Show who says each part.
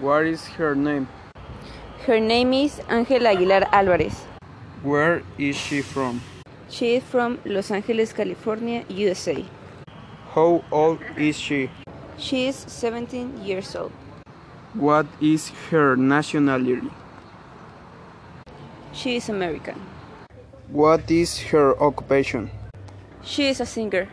Speaker 1: What is her name?
Speaker 2: Her name is Ángela Aguilar Álvarez.
Speaker 1: Where is she from?
Speaker 2: She is from Los Angeles, California, USA.
Speaker 1: How old is she?
Speaker 2: She is 17 years old.
Speaker 1: What is her nationality?
Speaker 2: She is American.
Speaker 1: What is her occupation?
Speaker 2: She is a singer.